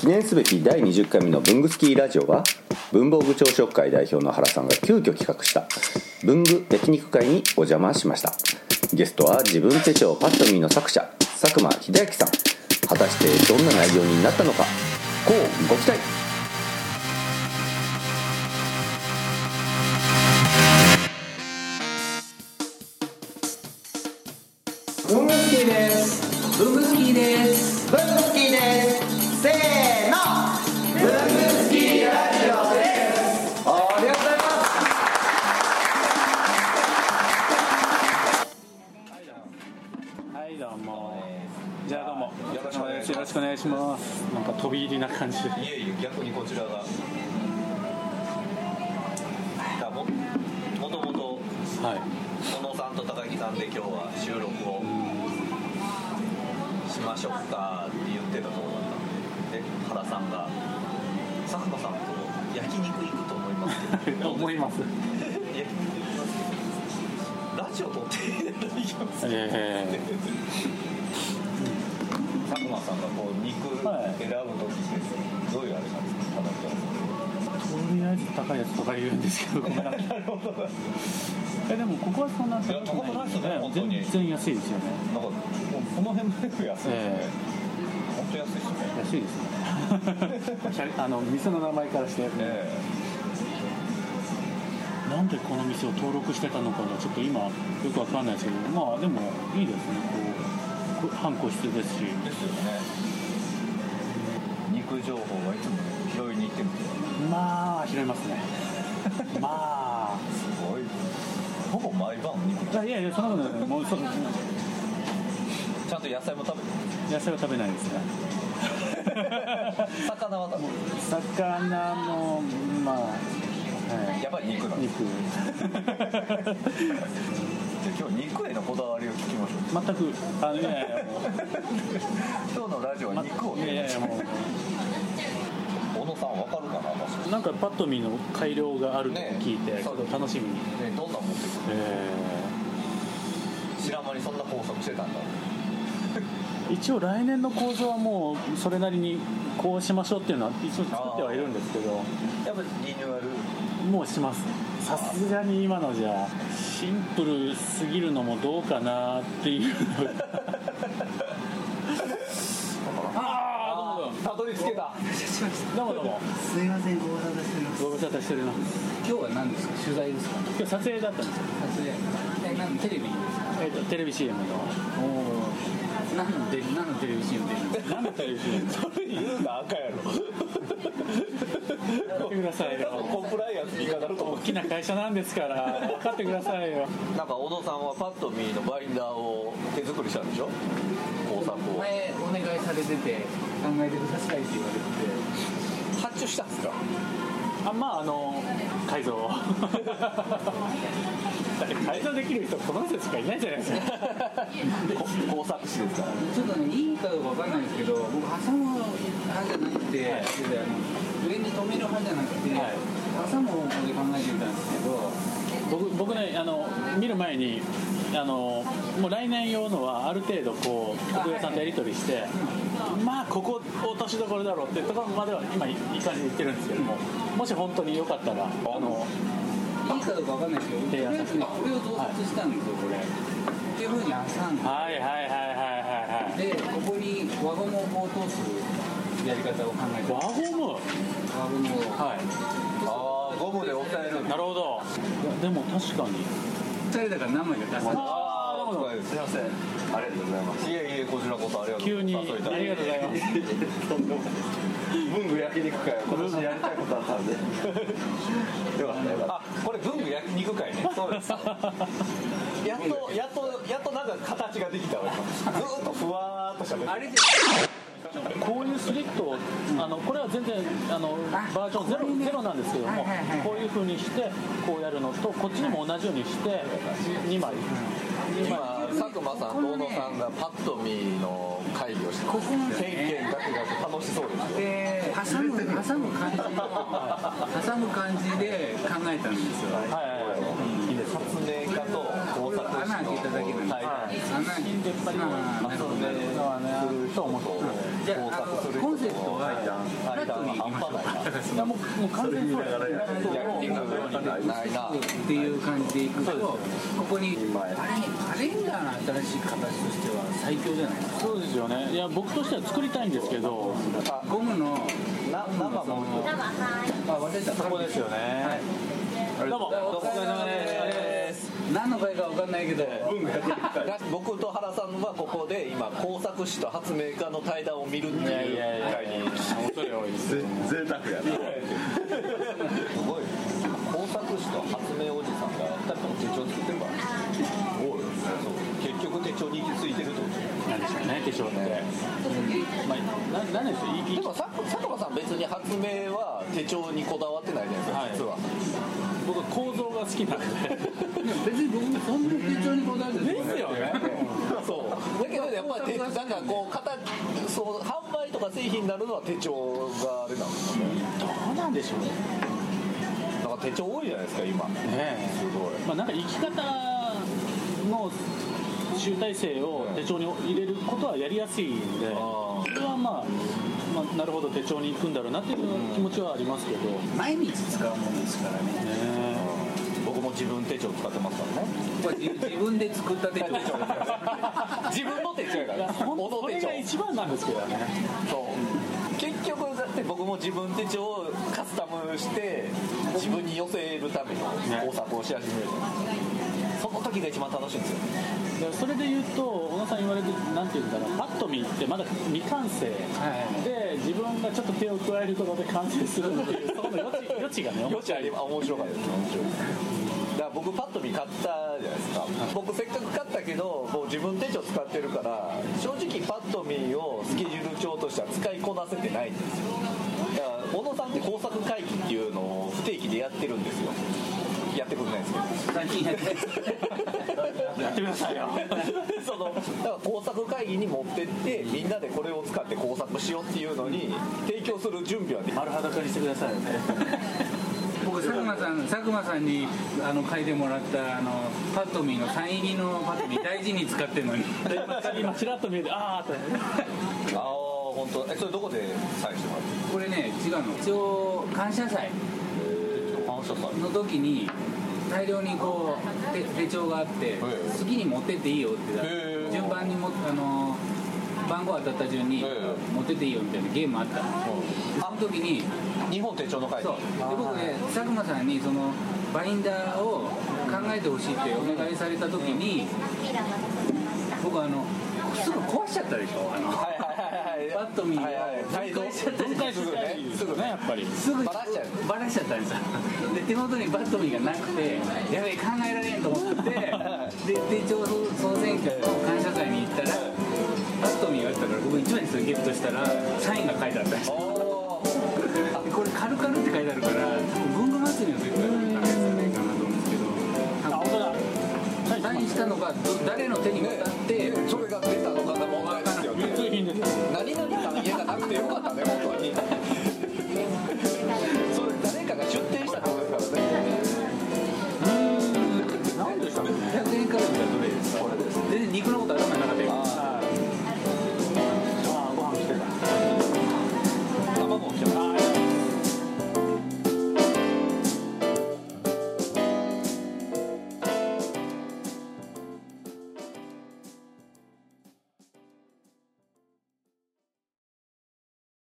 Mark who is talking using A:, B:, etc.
A: 記念すべき第20回目の文具スキーラジオは文房具朝食会代表の原さんが急遽企画した文具焼肉会にお邪魔しましたゲストは自分手帳パッと見の作者佐久間秀明さん果たしてどんな内容になったのかこうご期待
B: 文具好きです文具好きです文具好きですせーの文具好きラジオですありがとうございます
C: はいどうもじゃあどうもよろしくお願いしますよろしくお願いしますなんか飛び入りな感じで
D: いえいえ逆にこちらがだももともと
C: はい
D: 小野さんと高木さんで今日は収録をしましょうかって言ってたところだったんでで原さんが佐久間さんと焼肉行くと思いますけど
C: 思います
D: 焼肉行きますけどラジオ撮って行きます
C: ええ
D: 佐久間さんがこう肉選ぶ
C: はい
D: 時ってどういうあれなんですか
C: とりあえず高いやつとか言うんですけどごめんなさい
D: なるほど
C: えでもここはそんな高
D: いや
C: く
D: 高く
C: な
D: ないいですね本当に
C: 全然安いですよね
D: なんかもうこの辺まで安いですね、
C: え
D: 本当安いですね
C: 安いですねシャリあの店の名前からして、
D: え
C: なんでこの店を登録してたのかがちょっと今よくわかんないですけどまあでもいいですねこうこ半個室ですし
D: えですよね肉情報はいつも拾いに行ってるんですよ
C: まあ拾い ますねまあ
D: すごいほぼ毎晩肉
C: いやいやいやそんなことないもうそ
D: ちゃんと野菜も食べて
C: 野菜は食べないですね
D: る魚は食べて
C: 魚のまあ、は、
D: るやっぱり肉ないんです
C: 肉
D: じゃあ今日肉へのこだわりを聞きましょ
C: 全くあのいやいやもう
D: う今日のラジオは肉を
C: いやいやいやも
D: 小野さんわかるかな確か
C: うなんかパッと見の改良があると聞いて、
D: ね
C: ちょっと楽しみに、
D: に、ね、どんなん持ってく
C: え
D: る知らん間にそんな拘束してたんだ
C: ー一応来年の構造はもうそれなりにこうしましょうっていうのは一応作ってはいるんですけど
D: やっぱりリニューアル
C: もうしますさすがに今のじゃシンプルすぎるのもどうかなっていうああどうもどうも
D: たどり着けた
C: どうもどうも
B: すいませんご無沙汰してます
C: ご無沙汰してるな
B: 今日は何ですか取材ですか
C: 今日撮影だったんですよ、
B: 撮影えなんテレビですか
C: えっとテレビ CM の
B: おお何のテレビ何のテレビ CM 出るんですか
C: 何のテレビ CM?
D: 言うな赤やろ
C: やってくださいよ
D: コンプライアンスにいかなると思う
C: 大きな会社なんですから分かってくださいよ
D: なんか小野さんはパッと見のバインダーを手作りしたんでしょ工作を
B: 前お願いされてて考えてくださいって言われてて
D: 発注したんですか
C: あまああの改造 だって改造できる人この人しかいないじゃないですか
D: 工作師ですから
B: ちょっとねいいかどうかわかんないですけど僕挟む派じゃなくて、
C: はい
B: それであの上に止める派じゃなくて、
C: はい
B: 挟む方向で考えてみたんですけど
C: 僕僕ねあの見る前にあのもう来年用のはある程度こう徳屋さんとやり取りしてまあここ落としどころだろうっていうところまでは今いい感じでいってるんですけどももし本当に良かったらあの
B: いいかどうかわかんないですけどとり
C: 提
B: あ
C: 案
B: え
C: させ
B: ず
C: て
B: ねこれを増設したんですよ、これっていうふうに挟んで
C: はいはいはいはいはいはい
B: でここに輪ゴムをこう通すやり方を考えて
C: 輪ゴム
B: 輪ゴムを
C: は
D: ああゴムで押さえる
C: いなるほどいやでも確かに
B: 2人だから何枚か出さない
C: あーなるほど
D: すいませんありがとうございますいえいえこちらこそありがとう
C: 急にあ
D: ござ
C: り
D: い
C: が
D: ま
C: とうございます
E: 文具焼肉会は今年やりたいことあったんでよかったよかっ
D: あこれ文具焼肉会ねそうですやっとやっとやっとなんか形ができたわ今ずーっとふわーっとしゃべ
B: あれで
C: こういうスリットをあのこれは全然あの
B: あ
C: バージョンゼ
B: これ
C: ロ
B: ね
C: ゼロなんですけど
B: は
C: も
B: いはいはい
C: こういう風にしてこうやるのとこっちにも同じようにして2枚2枚
D: 今佐久間さんと小野さんがパッと見の会議をして
B: ここなんです
D: ケンケンガクガク楽しそうですよ
B: で挟む挟む感じの挟む感じで考えたんですよ
C: はいはいはい
D: 発明家と工
B: これ
D: 作
B: 穴
D: 師
B: 開
D: の
B: けただけなんで
D: はい
B: 穴開けただけなんで
C: そうねと思って
D: そう
B: いやあのコンセプトはフラットに
D: 半端ないな。
C: いやもうもう完全にそうやね
B: もう
D: ないな。
B: っていう感じでいくとここにあれカレンダーの新しい形としては最強じゃないですか
C: そうですよねいや僕としては作りたいんですけど
B: ゴムの
D: な生も
B: あ私はそこですよねはい
C: どうも
B: お疲れ様です何の会か分かんないけど
D: 僕と原さんはここで今工作士と発明家の対談を見るっていう会に
C: 恐れ多いです
E: 贅沢やな
D: すごい工作士と発明おじさんが2人とも手帳作ってるからそう結局手帳に行き着いてるってこと
C: なんでしょうね化粧ってまあななんですよいい
D: でもさ佐久間さん別に発明は手帳にこだわってないじゃないですか、
C: は
D: 実は
C: 僕は構造が好きなんで
B: いや別に僕もそんなに手帳にこだわってない
C: ですよね
D: そうだけどやっぱり手なんかこう型そう販売とか製品になるのは手帳があれなんです
C: どうなんでしょうね
D: だから手帳多いじゃないですか今す
C: ね
D: ごい
C: まあなんか生き方の集大成を手帳に入れることはやりやすいんで
D: あ
C: それはまあ、まあ、なるほど手帳に行くんだろうなっていう気持ちはありますけど、ね
B: 毎日使うものですからね
D: 僕も自分手帳使ってますからね
B: これ自自分で作った 手帳ですよ
D: 自分の手帳やか
C: いや
D: ら
C: ほん
D: お
C: そ
D: の手
C: れ
D: 帳
C: が一番なんですけどね
D: そう結局だって僕も自分手帳をカスタムして自分に寄せるための工作をし始めるじゃないですかその時が一番楽しいんですよ
C: でそれで言うと小野さん言われてなんていうんだろうパッと見ってまだ未完成
B: はい
C: で自分がちょっと手を加えることで完成するっていうそこの余地余地がね
D: 余地ありあ面白かったです面白いですだから僕パッと見買ったじゃないですか僕せっかく買ったけどもう自分手帳使ってるから正直パッと見をスケジュール帳としては使いこなせてないんですよだから小野さんって工作会議っていうのを不定期でやってるんですよやってくれないんですけど
B: 最近やってない
C: やってくださいよ
D: そのだから工作会議に持ってってみんなでこれを使って工作しようっていうのに提供する準備はでき
C: 丸裸にしてくださいね
B: 僕佐久間さん佐久間さんにあの書いてもらったあのパッと見のサイン入りのパッと見大事に使ってるのに
C: で今今ちらっと見えてああって
D: ああ本当えそれどこでサインしてもらって
B: これね違うの一応感謝祭
D: 反射さ
B: の時に大量にこう手手帳があって好きに持ってっていいよって順番にもあの番号当たった順に持ってっていいよみたいなゲームあったのでその時に
D: 日本手帳の会議
B: そうで僕ね佐久間さんにそのバインダーを考えてほしいってお願いされた時に僕あのすぐ壊しちゃったでしょあの
D: はいはいはいはい
B: バットミーを
D: はいはいはい
B: 分解しちゃった
C: 分解しちゃいいですよねやっぱり
B: すぐ
D: バラしちゃう
B: バラしちゃったんですよで手元にバットミーがなくてやべえ考えられんと思ってで手帳総選挙の感謝祭に行ったらバットミーがあったから僕一枚ですよゲットしたらサインが書いてあったんですよ
D: おー
B: でこれカルカルって書いてあるから文具祭りの時から考えてたらいいかなと思うんですけど
C: あ本当だはい
B: サインしたのがど誰の手に渡って
D: それが出たのかが問題ですよね
C: 通品です
D: 何々さん家がなくてよかったね本